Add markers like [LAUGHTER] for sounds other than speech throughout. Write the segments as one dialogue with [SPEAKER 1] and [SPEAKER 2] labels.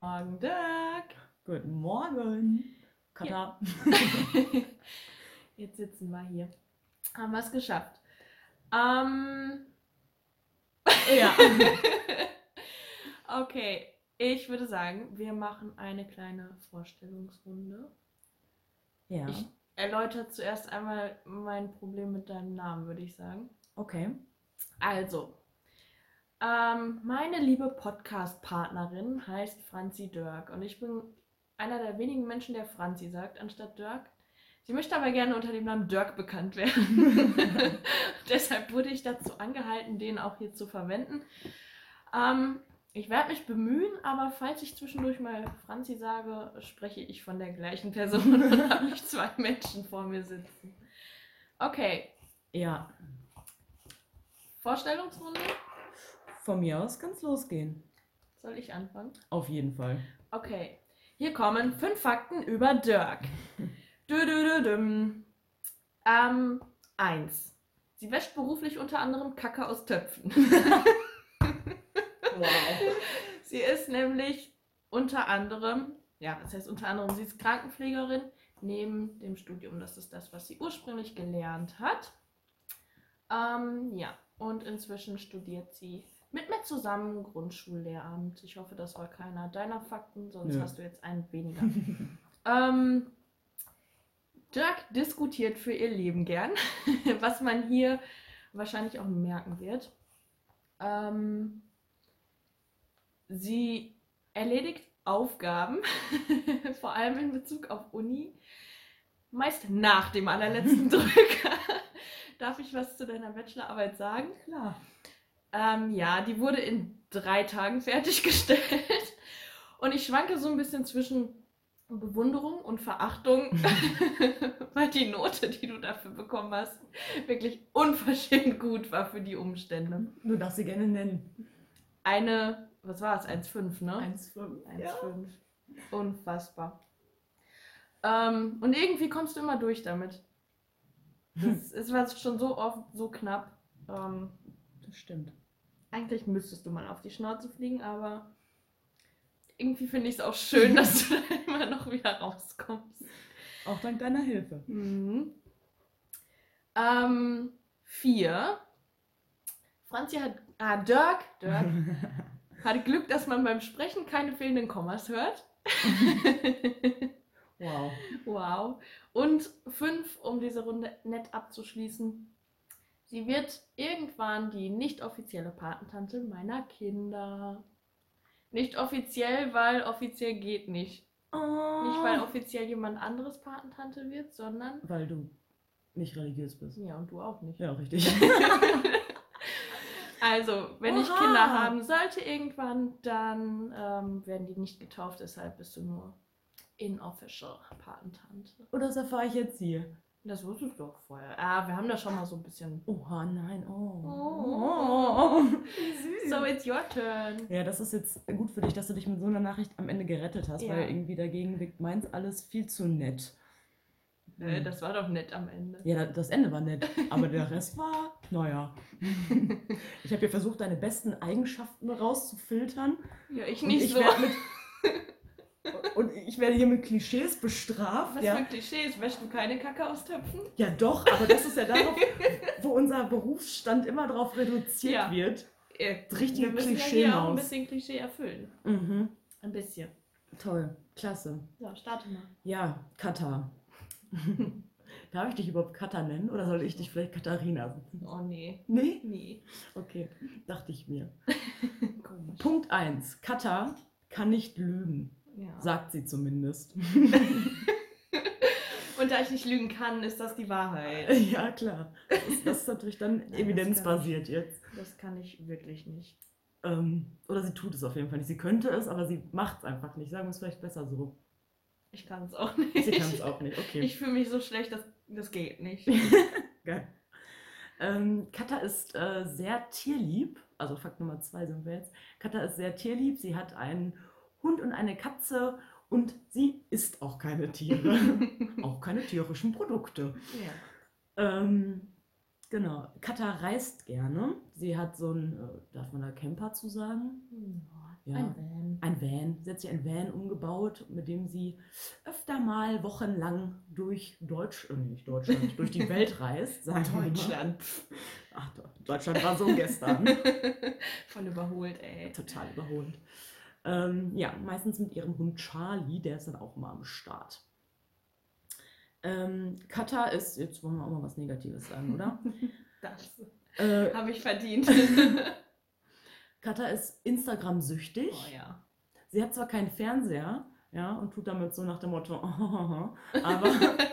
[SPEAKER 1] Morgen, Dirk.
[SPEAKER 2] Guten Morgen.
[SPEAKER 1] Katha. [LAUGHS] Jetzt sitzen wir hier. Haben wir es geschafft. Ähm, [LAUGHS]
[SPEAKER 2] Ja.
[SPEAKER 1] okay, ich würde sagen, wir machen eine kleine Vorstellungsrunde.
[SPEAKER 2] [LAUGHS] ja.
[SPEAKER 1] Ich erläutere zuerst einmal mein Problem mit deinem Namen, würde ich sagen.
[SPEAKER 2] Okay.
[SPEAKER 1] Also, ähm, meine liebe Podcast-Partnerin heißt Franzi Dirk und ich bin einer der wenigen Menschen, der Franzi sagt, anstatt Dirk. Sie möchte aber gerne unter dem Namen Dirk bekannt werden. [LAUGHS] Deshalb wurde ich dazu angehalten, den auch hier zu verwenden. Ähm, ich werde mich bemühen, aber falls ich zwischendurch mal Franzi sage, spreche ich von der gleichen Person und habe nicht zwei Menschen vor mir sitzen. Okay,
[SPEAKER 2] Ja.
[SPEAKER 1] Vorstellungsrunde.
[SPEAKER 2] Von mir aus kann's losgehen.
[SPEAKER 1] Soll ich anfangen?
[SPEAKER 2] Auf jeden Fall.
[SPEAKER 1] Okay, hier kommen fünf Fakten über Dirk. Dö, dö, dö, düm. Ähm, eins. Sie wäscht beruflich unter anderem Kacke aus Töpfen.
[SPEAKER 2] Wow.
[SPEAKER 1] Sie ist nämlich unter anderem, ja, das heißt unter anderem, sie ist Krankenpflegerin neben dem Studium. Das ist das, was sie ursprünglich gelernt hat. Ähm, ja, und inzwischen studiert sie mit mir zusammen Grundschullehramt. Ich hoffe, das war keiner deiner Fakten, sonst
[SPEAKER 2] Nö.
[SPEAKER 1] hast du jetzt einen weniger. ähm, Dirk diskutiert für ihr Leben gern, [LAUGHS] was man hier wahrscheinlich auch merken wird. Ähm, sie erledigt Aufgaben, [LAUGHS] vor allem in Bezug auf Uni, meist nach dem allerletzten Drücker. Darf ich was zu deiner Bachelorarbeit sagen?
[SPEAKER 2] [LAUGHS] Klar.
[SPEAKER 1] Ähm, ja, die wurde in drei Tagen fertiggestellt. Und ich schwanke so ein bisschen zwischen Bewunderung und Verachtung, weil die Note, die du dafür bekommen hast, wirklich unverschämt gut war für die Umstände.
[SPEAKER 2] Du darfst sie gerne nennen.
[SPEAKER 1] Eine, was war es? 1,5, ne?
[SPEAKER 2] 1,5.
[SPEAKER 1] 1,5.
[SPEAKER 2] Ja.
[SPEAKER 1] Unfassbar. Ähm, und irgendwie kommst du immer durch damit. Das, es war schon so oft so knapp. Ähm,
[SPEAKER 2] Das stimmt.
[SPEAKER 1] eigentlich müsstest du mal auf die Schnauze fliegen, aber irgendwie finde ich es auch schön, dass du da immer noch wieder rauskommst.
[SPEAKER 2] Auch dank deiner Hilfe.
[SPEAKER 1] Mhm. Ähm, vier. Franzi hat. Ah, Dirk. Dirk hat Glück, dass man beim Sprechen keine fehlenden Kommas hört.
[SPEAKER 2] [LAUGHS] Wow.
[SPEAKER 1] Wow. Und fünf, um diese Runde nett abzuschließen. Sie wird irgendwann die nicht offizielle Patentante meiner Kinder. Nicht offiziell, weil offiziell geht nicht.
[SPEAKER 2] Oh.
[SPEAKER 1] Nicht, weil offiziell jemand anderes Patentante wird, sondern.
[SPEAKER 2] Ah. weil du nicht religiös bist.
[SPEAKER 1] Ja, und du auch nicht.
[SPEAKER 2] Ja, richtig.
[SPEAKER 1] Also, wenn ich
[SPEAKER 2] Oha.
[SPEAKER 1] Kinder haben sollte irgendwann, dann ähm, werden die nicht getauft, deshalb bist du nur inofficial Patentante.
[SPEAKER 2] Oder das erfahre ich jetzt hier.
[SPEAKER 1] Das wusstest du doch vorher. Ah, wir haben da schon mal so ein bisschen
[SPEAKER 2] Oha, nein. Oh.
[SPEAKER 1] Oh.
[SPEAKER 2] Wie süß.
[SPEAKER 1] So, it's your turn.
[SPEAKER 2] Ja, das ist jetzt gut für dich, dass du dich mit so einer Nachricht am Ende gerettet hast,
[SPEAKER 1] Ja.
[SPEAKER 2] weil irgendwie dagegen wirkt meins alles viel zu nett. Ähm,
[SPEAKER 1] Äh, das war doch nett am Ende.
[SPEAKER 2] ja, da- das Ende war nett,
[SPEAKER 1] [LAUGHS]
[SPEAKER 2] aber der Rest war, naja. Ich habe hier versucht, deine besten Eigenschaften rauszufiltern.
[SPEAKER 1] Ja, ich
[SPEAKER 2] und
[SPEAKER 1] nicht
[SPEAKER 2] ich
[SPEAKER 1] so. [LAUGHS]
[SPEAKER 2] werd Mit, und ich werde hier mit Klischees bestraft.
[SPEAKER 1] Was
[SPEAKER 2] Ja.
[SPEAKER 1] für Klischees? Wäschst du keine Kacke aus Töpfen?
[SPEAKER 2] ja, doch, aber das ist
[SPEAKER 1] [LAUGHS]
[SPEAKER 2] ja darauf, wo unser Berufsstand immer darauf reduziert
[SPEAKER 1] Ja.
[SPEAKER 2] wird.
[SPEAKER 1] Äh,
[SPEAKER 2] Richtige
[SPEAKER 1] wir müssen ja
[SPEAKER 2] Klischee
[SPEAKER 1] hier auch ein
[SPEAKER 2] raus.
[SPEAKER 1] bisschen Klischee erfüllen.
[SPEAKER 2] Mhm.
[SPEAKER 1] Ein bisschen.
[SPEAKER 2] Toll, klasse.
[SPEAKER 1] So, starte mal.
[SPEAKER 2] Ja, Kata. [LAUGHS] Darf ich dich überhaupt Kata nennen oder soll ich dich vielleicht Katharina?
[SPEAKER 1] Oh nee.
[SPEAKER 2] Nee?
[SPEAKER 1] Nee.
[SPEAKER 2] Okay, dachte ich mir.
[SPEAKER 1] Komisch.
[SPEAKER 2] Punkt 1. Kata kann nicht lügen,
[SPEAKER 1] Ja.
[SPEAKER 2] sagt sie zumindest.
[SPEAKER 1] [LAUGHS]
[SPEAKER 2] [LAUGHS]
[SPEAKER 1] Und da ich nicht lügen kann, ist das die Wahrheit.
[SPEAKER 2] ja, klar. Das ist, das ist natürlich dann
[SPEAKER 1] das
[SPEAKER 2] evidenzbasiert jetzt.
[SPEAKER 1] Das kann ich wirklich nicht.
[SPEAKER 2] Ähm, oder sie tut es auf jeden Fall nicht. Sie könnte es, aber sie macht es einfach nicht. Sagen wir es vielleicht besser so.
[SPEAKER 1] Ich kann es auch nicht.
[SPEAKER 2] Sie kann es auch nicht. Okay.
[SPEAKER 1] Ich fühle mich so schlecht, dass das geht [LAUGHS] nicht.
[SPEAKER 2] Geil. Ähm, Katha ist äh, sehr tierlieb. Also Fakt Nummer zwei sind wir jetzt. Katha ist sehr tierlieb. Sie hat einen Hund und eine Katze und sie isst auch
[SPEAKER 1] [LAUGHS]
[SPEAKER 2] keine Tiere. auch keine tierischen Produkte.
[SPEAKER 1] ja.
[SPEAKER 2] Ähm, Genau. Katha reist gerne. Sie hat so ein, äh, darf man da Camper zu sagen?
[SPEAKER 1] Hm,
[SPEAKER 2] Ja.
[SPEAKER 1] Ein Van.
[SPEAKER 2] Ein Van. Sie hat sich ein Van umgebaut, mit dem sie öfter mal wochenlang durch Deutsch, äh, nicht Deutschland, durch die Welt reist. sagen wir mal.
[SPEAKER 1] [LAUGHS]
[SPEAKER 2] Ach, Deutschland war so gestern.
[SPEAKER 1] Voll überholt, ey.
[SPEAKER 2] Total überholt. Ähm, ja, meistens mit ihrem Hund Charlie, der ist dann auch mal am Start. Ähm, Katha ist, jetzt wollen wir auch mal was Negatives
[SPEAKER 1] [LAUGHS]
[SPEAKER 2] sagen, oder?
[SPEAKER 1] Das
[SPEAKER 2] äh,
[SPEAKER 1] habe ich verdient.
[SPEAKER 2] Katha ist Instagram-süchtig.
[SPEAKER 1] oh ja.
[SPEAKER 2] Sie hat zwar keinen Fernseher, ja, und tut damit so nach dem Motto, [LAUGHS] aber,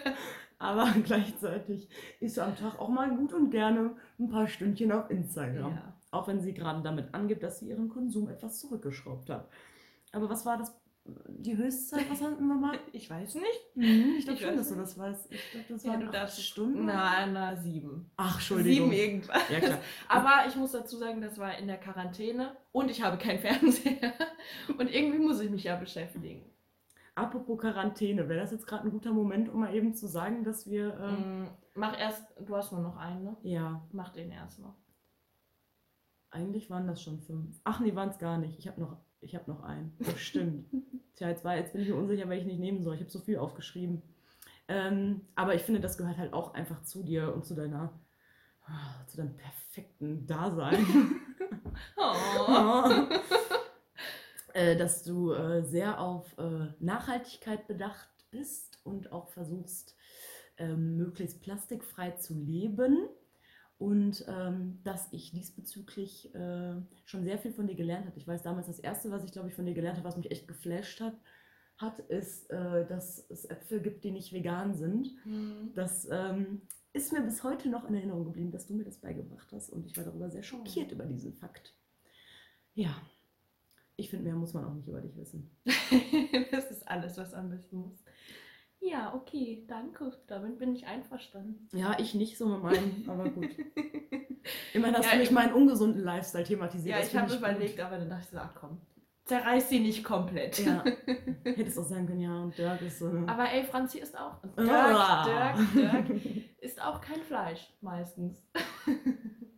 [SPEAKER 1] [LAUGHS]
[SPEAKER 2] aber gleichzeitig ist sie am Tag auch mal gut und gerne ein paar Stündchen auf Instagram.
[SPEAKER 1] ja.
[SPEAKER 2] Auch wenn sie gerade damit angibt, dass sie ihren Konsum etwas zurückgeschraubt hat. Aber was war das? Die Höchstzeit, was hatten
[SPEAKER 1] [LAUGHS]
[SPEAKER 2] wir mal?
[SPEAKER 1] Ich weiß nicht.
[SPEAKER 2] Mhm, ich glaube
[SPEAKER 1] Ich
[SPEAKER 2] schon,
[SPEAKER 1] weiß
[SPEAKER 2] dass du
[SPEAKER 1] nicht.
[SPEAKER 2] das weißt. Ich glaube, das
[SPEAKER 1] Ja,
[SPEAKER 2] waren
[SPEAKER 1] du
[SPEAKER 2] acht
[SPEAKER 1] darfst-
[SPEAKER 2] Stunden.
[SPEAKER 1] Na, na, sieben.
[SPEAKER 2] Ach,
[SPEAKER 1] Sieben
[SPEAKER 2] Entschuldigung.
[SPEAKER 1] irgendwas.
[SPEAKER 2] ja, klar.
[SPEAKER 1] Aber ich muss dazu sagen, das war in der Quarantäne und ich habe keinen [LAUGHS] Fernseher. Und irgendwie muss ich mich ja beschäftigen.
[SPEAKER 2] Apropos Quarantäne, wäre das jetzt gerade ein guter Moment, um mal eben zu sagen, dass wir. ähm,
[SPEAKER 1] Ähm, Mach erst, du hast nur noch einen, ne?
[SPEAKER 2] Ja,
[SPEAKER 1] Mach den erst noch.
[SPEAKER 2] eigentlich waren das schon fünf. Ach nee, waren es gar nicht. Ich habe noch, ich hab noch einen. Oh, stimmt. Tja, jetzt, war, jetzt bin ich mir unsicher, welchen ich nehmen soll. Ich habe so viel aufgeschrieben. Ähm, aber ich finde, das gehört halt auch einfach zu dir und zu deiner. ah, zu deinem perfekten Dasein.
[SPEAKER 1] Oh.
[SPEAKER 2] Oh. [LAUGHS] Äh, dass du äh, sehr auf äh, Nachhaltigkeit bedacht bist und auch versuchst, ähm, möglichst plastikfrei zu leben. Und ähm, dass ich diesbezüglich äh, schon sehr viel von dir gelernt habe. Ich weiß damals, das Erste, was ich, glaube ich, von dir gelernt habe, was mich echt geflasht hat, hat ist, äh, dass es Äpfel gibt, die nicht vegan sind.
[SPEAKER 1] Hm.
[SPEAKER 2] Das ähm, ist mir bis heute noch in Erinnerung geblieben, dass du mir das beigebracht hast. Und ich war darüber sehr schockiert
[SPEAKER 1] Mhm.
[SPEAKER 2] über diesen Fakt. Ja, ich finde, mehr muss man auch nicht über dich wissen.
[SPEAKER 1] [LAUGHS] das ist alles, was am besten muss. Ja, okay, danke. Damit bin ich
[SPEAKER 2] [LAUGHS]
[SPEAKER 1] einverstanden.
[SPEAKER 2] Ja, ich nicht so
[SPEAKER 1] [LAUGHS]
[SPEAKER 2] mit meinem, aber gut. Immerhin hast
[SPEAKER 1] Ja,
[SPEAKER 2] du nicht
[SPEAKER 1] ich-
[SPEAKER 2] meinen ungesunden Lifestyle thematisiert.
[SPEAKER 1] Ja,
[SPEAKER 2] das
[SPEAKER 1] ich
[SPEAKER 2] find
[SPEAKER 1] habe
[SPEAKER 2] gut.
[SPEAKER 1] überlegt, aber dann dachte ich so, ach komm, zerreiß sie nicht komplett. [LAUGHS]
[SPEAKER 2] Ja, hättest auch sagen können, ja, und Dirk ist äh, so eine...
[SPEAKER 1] Aber ey, Franzi ist auch. Dirk,
[SPEAKER 2] Ah.
[SPEAKER 1] Dirk, Dirk [LAUGHS] ist auch kein Fleisch meistens.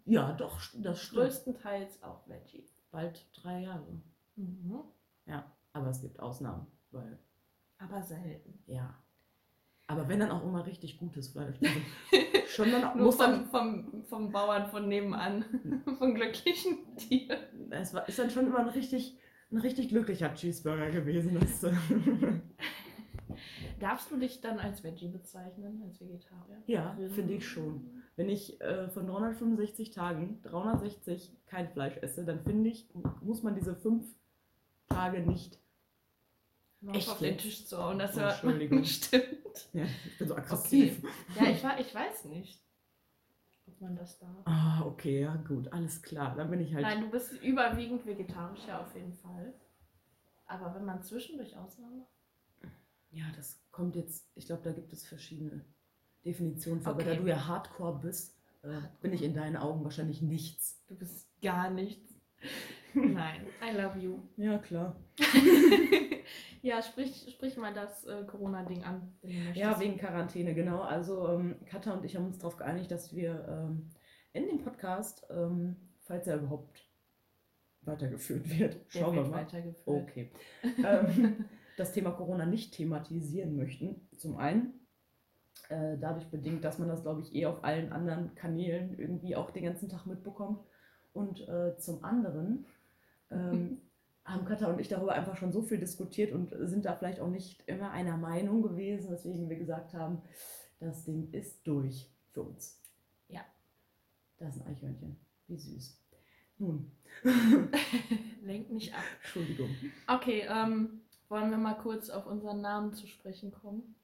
[SPEAKER 2] Ja, doch, das stimmt.
[SPEAKER 1] Größtenteils auch Veggie.
[SPEAKER 2] Bald drei Jahre.
[SPEAKER 1] Mhm.
[SPEAKER 2] Ja, aber es gibt Ausnahmen, weil,
[SPEAKER 1] Aber selten.
[SPEAKER 2] ja. Aber wenn dann auch immer richtig gutes Fleisch.
[SPEAKER 1] [LAUGHS]
[SPEAKER 2] Also schon dann auch,
[SPEAKER 1] Nur
[SPEAKER 2] muss dann
[SPEAKER 1] vom, vom, vom Bauern von [LAUGHS] nebenan, vom glücklichen Tier.
[SPEAKER 2] Es war, ist dann schon immer ein richtig, ein richtig glücklicher Cheeseburger gewesen. Das, äh, [LAUGHS]
[SPEAKER 1] Darfst du dich dann als Veggie bezeichnen, als Vegetarier?
[SPEAKER 2] ja, finde ich schon. Wenn ich äh, von 365 Tagen 360 kein Fleisch esse, dann finde ich, muss man diese fünf Tage nicht.
[SPEAKER 1] Mal
[SPEAKER 2] Echt
[SPEAKER 1] auf den
[SPEAKER 2] jetzt?
[SPEAKER 1] Tisch zu hauen, das
[SPEAKER 2] Oh,
[SPEAKER 1] hört man
[SPEAKER 2] Entschuldigung.
[SPEAKER 1] [LAUGHS] bestimmt.
[SPEAKER 2] Ja, ich bin so aggressiv.
[SPEAKER 1] Ja, ich, wa- ich weiß nicht, ob man das darf.
[SPEAKER 2] Ah, okay, ja, gut, alles klar. Dann bin ich halt.
[SPEAKER 1] Nein, du bist überwiegend vegetarisch, ja, auf jeden Fall. Aber wenn man zwischendurch Ausnahmen macht.
[SPEAKER 2] Ja, das kommt jetzt. Ich glaube, da gibt es verschiedene Definitionen. für. Aber
[SPEAKER 1] Okay.
[SPEAKER 2] da du ja Hardcore bist, äh, bin ich in deinen Augen wahrscheinlich nichts.
[SPEAKER 1] Du bist gar nichts. Nein, I love you.
[SPEAKER 2] Ja, klar.
[SPEAKER 1] [LAUGHS] Ja, sprich, sprich mal das äh, Corona-Ding an. wenn du
[SPEAKER 2] Ja,
[SPEAKER 1] möchtest.
[SPEAKER 2] wegen Quarantäne, genau. Also ähm, Katha und ich haben uns darauf geeinigt, dass wir ähm, in dem Podcast, ähm, falls er überhaupt weitergeführt wird,
[SPEAKER 1] Der
[SPEAKER 2] schauen wir
[SPEAKER 1] wird
[SPEAKER 2] mal.
[SPEAKER 1] weitergeführt.
[SPEAKER 2] Okay. ähm, das Thema Corona nicht thematisieren möchten. Zum einen äh, dadurch bedingt, dass man das, glaube ich, eh auf allen anderen Kanälen irgendwie auch den ganzen Tag mitbekommt. Und äh, zum anderen ähm, haben Katha und ich darüber einfach schon so viel diskutiert und sind da vielleicht auch nicht immer einer Meinung gewesen, weswegen wir gesagt haben, das Ding ist durch für uns.
[SPEAKER 1] Ja.
[SPEAKER 2] Das ist ein Eichhörnchen. Wie süß. Nun,
[SPEAKER 1] [LAUGHS] Lenk nicht ab.
[SPEAKER 2] Entschuldigung.
[SPEAKER 1] Okay, ähm, wollen wir mal kurz auf unseren Namen zu sprechen kommen?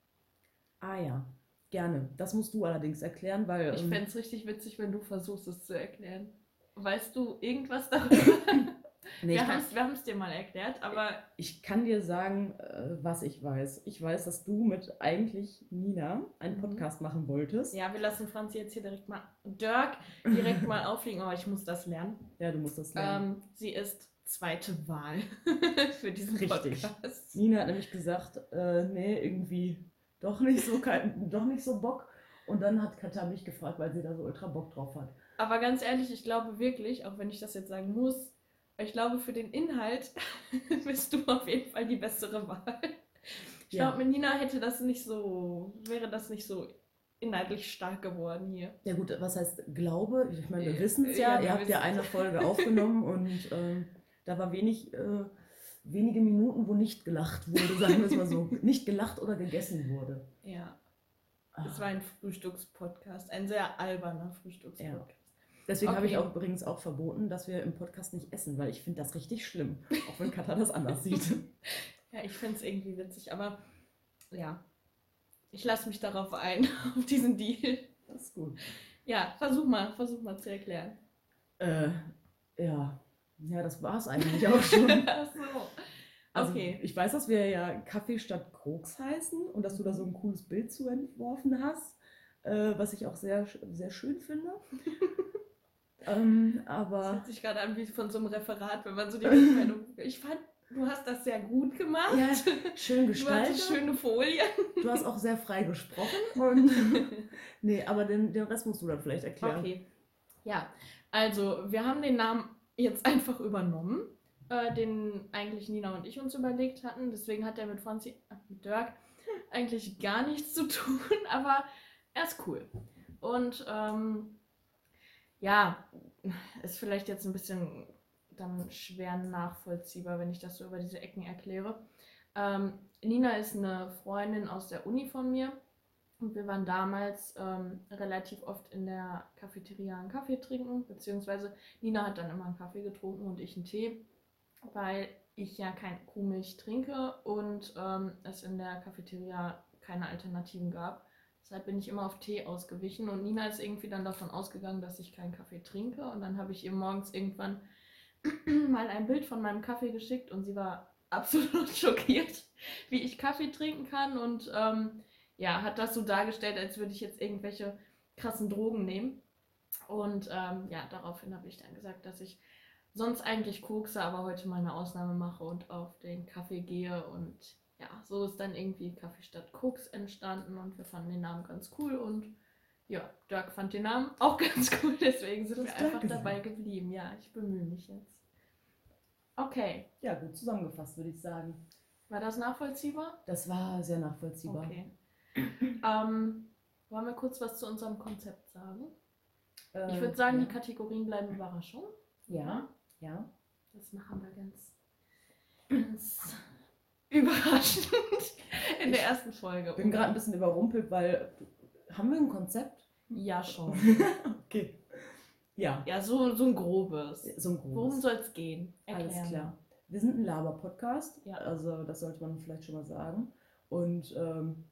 [SPEAKER 2] Ah ja, gerne. Das musst du allerdings erklären, weil.
[SPEAKER 1] Ich
[SPEAKER 2] ähm,
[SPEAKER 1] fände es richtig witzig, wenn du versuchst, es zu erklären. Weißt du [LAUGHS] irgendwas darüber?
[SPEAKER 2] nee, ich,
[SPEAKER 1] wir
[SPEAKER 2] kann,
[SPEAKER 1] haben's- wir haben es dir mal erklärt, aber
[SPEAKER 2] ich kann dir sagen, äh, was ich weiß. Ich weiß, dass du mit eigentlich Nina einen
[SPEAKER 1] Mhm.
[SPEAKER 2] Podcast machen wolltest.
[SPEAKER 1] ja, wir lassen Franzi jetzt hier direkt mal, Dirk, direkt mal auffliegen. Oh, ich muss das lernen.
[SPEAKER 2] Ja, du musst das lernen.
[SPEAKER 1] Ähm, sie ist zweite Wahl [LAUGHS] für diesen
[SPEAKER 2] Richtig.
[SPEAKER 1] Podcast.
[SPEAKER 2] Nina hat nämlich gesagt, äh, nee, irgendwie doch nicht so, kein, doch nicht so Bock. Und dann hat Katja mich gefragt, weil sie da so ultra Bock drauf hat.
[SPEAKER 1] Aber ganz ehrlich, ich glaube wirklich, auch wenn ich das jetzt sagen muss, ich glaube, für den Inhalt [LAUGHS] bist du auf jeden Fall die bessere Wahl. Ich
[SPEAKER 2] Ja.
[SPEAKER 1] glaube, mit Nina hätte das nicht so, wäre das nicht so inhaltlich stark geworden hier.
[SPEAKER 2] Ja gut, was heißt Glaube? Ich meine, wir
[SPEAKER 1] Ja,
[SPEAKER 2] wissen es
[SPEAKER 1] ja,
[SPEAKER 2] ja.
[SPEAKER 1] wir
[SPEAKER 2] Ihr habt ja
[SPEAKER 1] wissen's.
[SPEAKER 2] eine Folge
[SPEAKER 1] [LAUGHS]
[SPEAKER 2] aufgenommen und ähm, da war wenig, äh, wenige Minuten, wo nicht gelacht wurde, sagen wir es
[SPEAKER 1] [LAUGHS]
[SPEAKER 2] mal so. Nicht gelacht oder gegessen wurde.
[SPEAKER 1] Ja,
[SPEAKER 2] Ah.
[SPEAKER 1] es war ein Frühstückspodcast, ein sehr alberner Frühstückspodcast.
[SPEAKER 2] Deswegen habe ich
[SPEAKER 1] Okay.
[SPEAKER 2] auch übrigens auch verboten, dass wir im Podcast nicht essen, weil ich finde das richtig schlimm, auch wenn Katha das
[SPEAKER 1] [LAUGHS]
[SPEAKER 2] anders sieht.
[SPEAKER 1] Ja, ich finde es irgendwie witzig, aber ja, ich lasse mich darauf ein, [LAUGHS] auf diesen Deal.
[SPEAKER 2] Das ist gut.
[SPEAKER 1] Ja, versuch mal, versuch mal zu
[SPEAKER 2] [LAUGHS]
[SPEAKER 1] erklären.
[SPEAKER 2] Äh, ja. Ja, das war es eigentlich auch schon.
[SPEAKER 1] Ach so.
[SPEAKER 2] Also,
[SPEAKER 1] Okay.
[SPEAKER 2] Ich weiß, dass wir ja Kaffee statt Koks heißen und dass du da so ein cooles Bild zu entworfen hast, äh, was ich auch sehr, sch- sehr schön [LAUGHS] finde. ähm,
[SPEAKER 1] Das
[SPEAKER 2] aber
[SPEAKER 1] hört sich gerade an wie von so einem Referat, wenn man so die
[SPEAKER 2] [LAUGHS]
[SPEAKER 1] Rückmeldung. Ich fand, du hast das sehr gut gemacht.
[SPEAKER 2] ja, schön
[SPEAKER 1] du hast
[SPEAKER 2] gestaltet.
[SPEAKER 1] eine schöne
[SPEAKER 2] [LAUGHS]
[SPEAKER 1] Folie.
[SPEAKER 2] Du hast auch sehr frei gesprochen. [LAUGHS] Und nee, aber den, den Rest musst du dann vielleicht erklären.
[SPEAKER 1] Okay. Ja, also wir haben den Namen jetzt [LAUGHS] einfach übernommen, äh, den eigentlich Nina und ich uns überlegt hatten. Deswegen hat er mit Franzi, äh, mit Dirk eigentlich gar nichts zu tun, [LAUGHS] aber er ist cool. Und ähm, ja, ist vielleicht jetzt ein bisschen dann schwer nachvollziehbar, wenn ich das so über diese Ecken erkläre. Ähm, Nina ist eine Freundin aus der Uni von mir und wir waren damals ähm, relativ oft in der Cafeteria einen Kaffee trinken, beziehungsweise Nina hat dann immer einen Kaffee getrunken und ich einen Tee, weil ich ja kein Kuhmilch trinke und ähm, es in der Cafeteria keine Alternativen gab. Deshalb bin ich immer auf Tee ausgewichen und Nina ist irgendwie dann davon ausgegangen, dass ich keinen Kaffee trinke und dann habe ich ihr morgens irgendwann [CLEARS THROAT] mal ein Bild von meinem Kaffee geschickt und sie war absolut [LAUGHS] schockiert, wie ich Kaffee trinken kann und ähm, ja, hat das so dargestellt, als würde ich jetzt irgendwelche krassen Drogen nehmen. Und ähm, ja, daraufhin habe ich dann gesagt, dass ich sonst eigentlich kokse, aber heute mal eine Ausnahme mache und auf den Kaffee gehe. Und ja, so ist dann irgendwie Kaffee statt Koks entstanden und wir fanden den Namen ganz cool. Und ja, Dirk fand den Namen [LAUGHS] auch ganz cool, deswegen sind
[SPEAKER 2] Du
[SPEAKER 1] wir
[SPEAKER 2] hast Dirk
[SPEAKER 1] einfach
[SPEAKER 2] gesagt.
[SPEAKER 1] dabei geblieben. Ja, ich bemühe mich jetzt. Okay,
[SPEAKER 2] Ja, gut zusammengefasst, würde ich sagen.
[SPEAKER 1] war das nachvollziehbar?
[SPEAKER 2] Das war sehr nachvollziehbar.
[SPEAKER 1] Okay. ähm, wollen wir kurz was zu unserem Konzept sagen?
[SPEAKER 2] Äh,
[SPEAKER 1] Ich würde sagen,
[SPEAKER 2] ja.
[SPEAKER 1] die Kategorien bleiben Überraschung.
[SPEAKER 2] Ja, ja.
[SPEAKER 1] Das machen wir ganz, ganz überraschend in der ersten Folge.
[SPEAKER 2] Ich bin gerade ein bisschen überrumpelt, weil. Haben wir ein Konzept?
[SPEAKER 1] Ja, schon.
[SPEAKER 2] Okay. Ja.
[SPEAKER 1] Ja, so, so ein grobes.
[SPEAKER 2] So ein grobes.
[SPEAKER 1] Worum soll es gehen?
[SPEAKER 2] Alles
[SPEAKER 1] Erklär
[SPEAKER 2] klar. Wir sind ein Laber-Podcast,
[SPEAKER 1] Ja.
[SPEAKER 2] also das sollte man vielleicht schon mal sagen. Und ähm,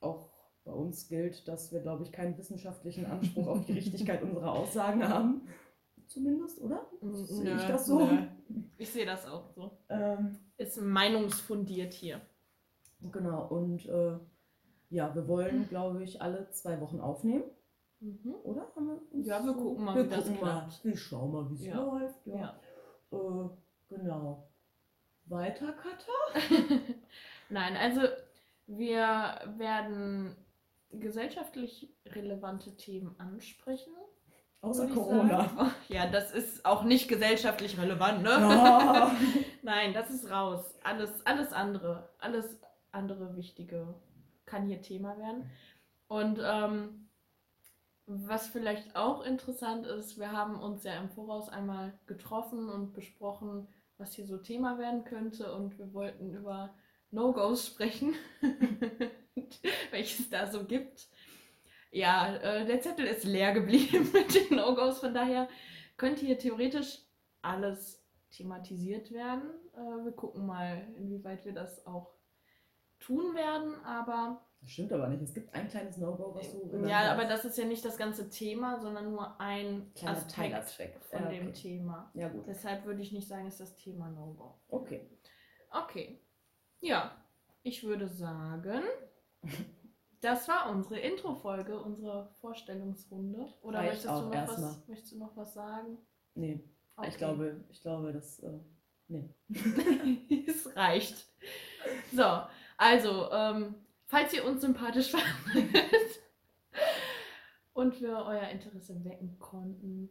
[SPEAKER 2] auch bei uns gilt, dass wir, glaube ich, keinen wissenschaftlichen Anspruch auf die
[SPEAKER 1] [LAUGHS]
[SPEAKER 2] Richtigkeit unserer Aussagen haben. Zumindest, oder?
[SPEAKER 1] mal.
[SPEAKER 2] Sehe
[SPEAKER 1] Nö,
[SPEAKER 2] ich das so?
[SPEAKER 1] nö. Ich sehe das auch so.
[SPEAKER 2] Ähm,
[SPEAKER 1] Ist meinungsfundiert hier.
[SPEAKER 2] genau, und äh, ja, wir wollen, glaube ich, alle zwei Wochen aufnehmen,
[SPEAKER 1] Mhm.
[SPEAKER 2] oder? Haben uns
[SPEAKER 1] Ja, wir
[SPEAKER 2] so-
[SPEAKER 1] gucken mal,
[SPEAKER 2] wir
[SPEAKER 1] wie das
[SPEAKER 2] gucken mal.
[SPEAKER 1] klappt.
[SPEAKER 2] Wir schauen mal, wie es
[SPEAKER 1] Ja.
[SPEAKER 2] läuft. Ja.
[SPEAKER 1] Ja.
[SPEAKER 2] Äh, genau. Weiter, Katha?
[SPEAKER 1] [LAUGHS] Nein, also wir werden gesellschaftlich relevante Themen ansprechen.
[SPEAKER 2] Außer
[SPEAKER 1] würde ich
[SPEAKER 2] [LAUGHS] Corona.
[SPEAKER 1] sagen. [LAUGHS] Ja, das ist auch nicht gesellschaftlich relevant, ne?
[SPEAKER 2] Ah.
[SPEAKER 1] Nein, das ist raus. Alles, alles andere, alles andere Wichtige kann hier Thema werden. Und ähm, was vielleicht auch interessant ist, wir haben uns ja im Voraus einmal getroffen und besprochen, was hier so Thema werden könnte. Und wir wollten über No-Gos sprechen, [LAUGHS] welches da so gibt. Ja, äh, der Zettel ist leer geblieben [LAUGHS] mit den No-Gos, von daher könnte hier theoretisch alles thematisiert werden. Äh, wir gucken mal, inwieweit wir das auch tun werden, aber
[SPEAKER 2] Das stimmt aber nicht. Es gibt ein kleines No-Go, was du. genannt
[SPEAKER 1] ja,
[SPEAKER 2] hast.
[SPEAKER 1] aber das ist ja nicht das ganze Thema, sondern nur ein
[SPEAKER 2] Kleiner
[SPEAKER 1] Aspekt
[SPEAKER 2] Teilaspekt.
[SPEAKER 1] von
[SPEAKER 2] Ja,
[SPEAKER 1] dem
[SPEAKER 2] okay.
[SPEAKER 1] Thema.
[SPEAKER 2] Ja, gut.
[SPEAKER 1] Deshalb würde ich nicht sagen, ist das Thema No-Go.
[SPEAKER 2] Okay.
[SPEAKER 1] Okay. Ja, ich würde sagen,
[SPEAKER 2] [LAUGHS]
[SPEAKER 1] das war unsere Intro-Folge, unsere Vorstellungsrunde. Oder
[SPEAKER 2] Reicht
[SPEAKER 1] möchtest du,
[SPEAKER 2] auch
[SPEAKER 1] noch
[SPEAKER 2] erstmal.
[SPEAKER 1] was, möchtest du noch was sagen?
[SPEAKER 2] Nee,
[SPEAKER 1] Okay.
[SPEAKER 2] ich glaube, ich glaube, das. Äh, nee.
[SPEAKER 1] es reicht. So, also, ähm, falls ihr uns sympathisch fandet, [LAUGHS] und wir euer Interesse wecken konnten.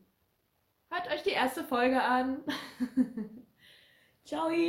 [SPEAKER 1] Hört euch die erste Folge an. [LAUGHS] Ciao!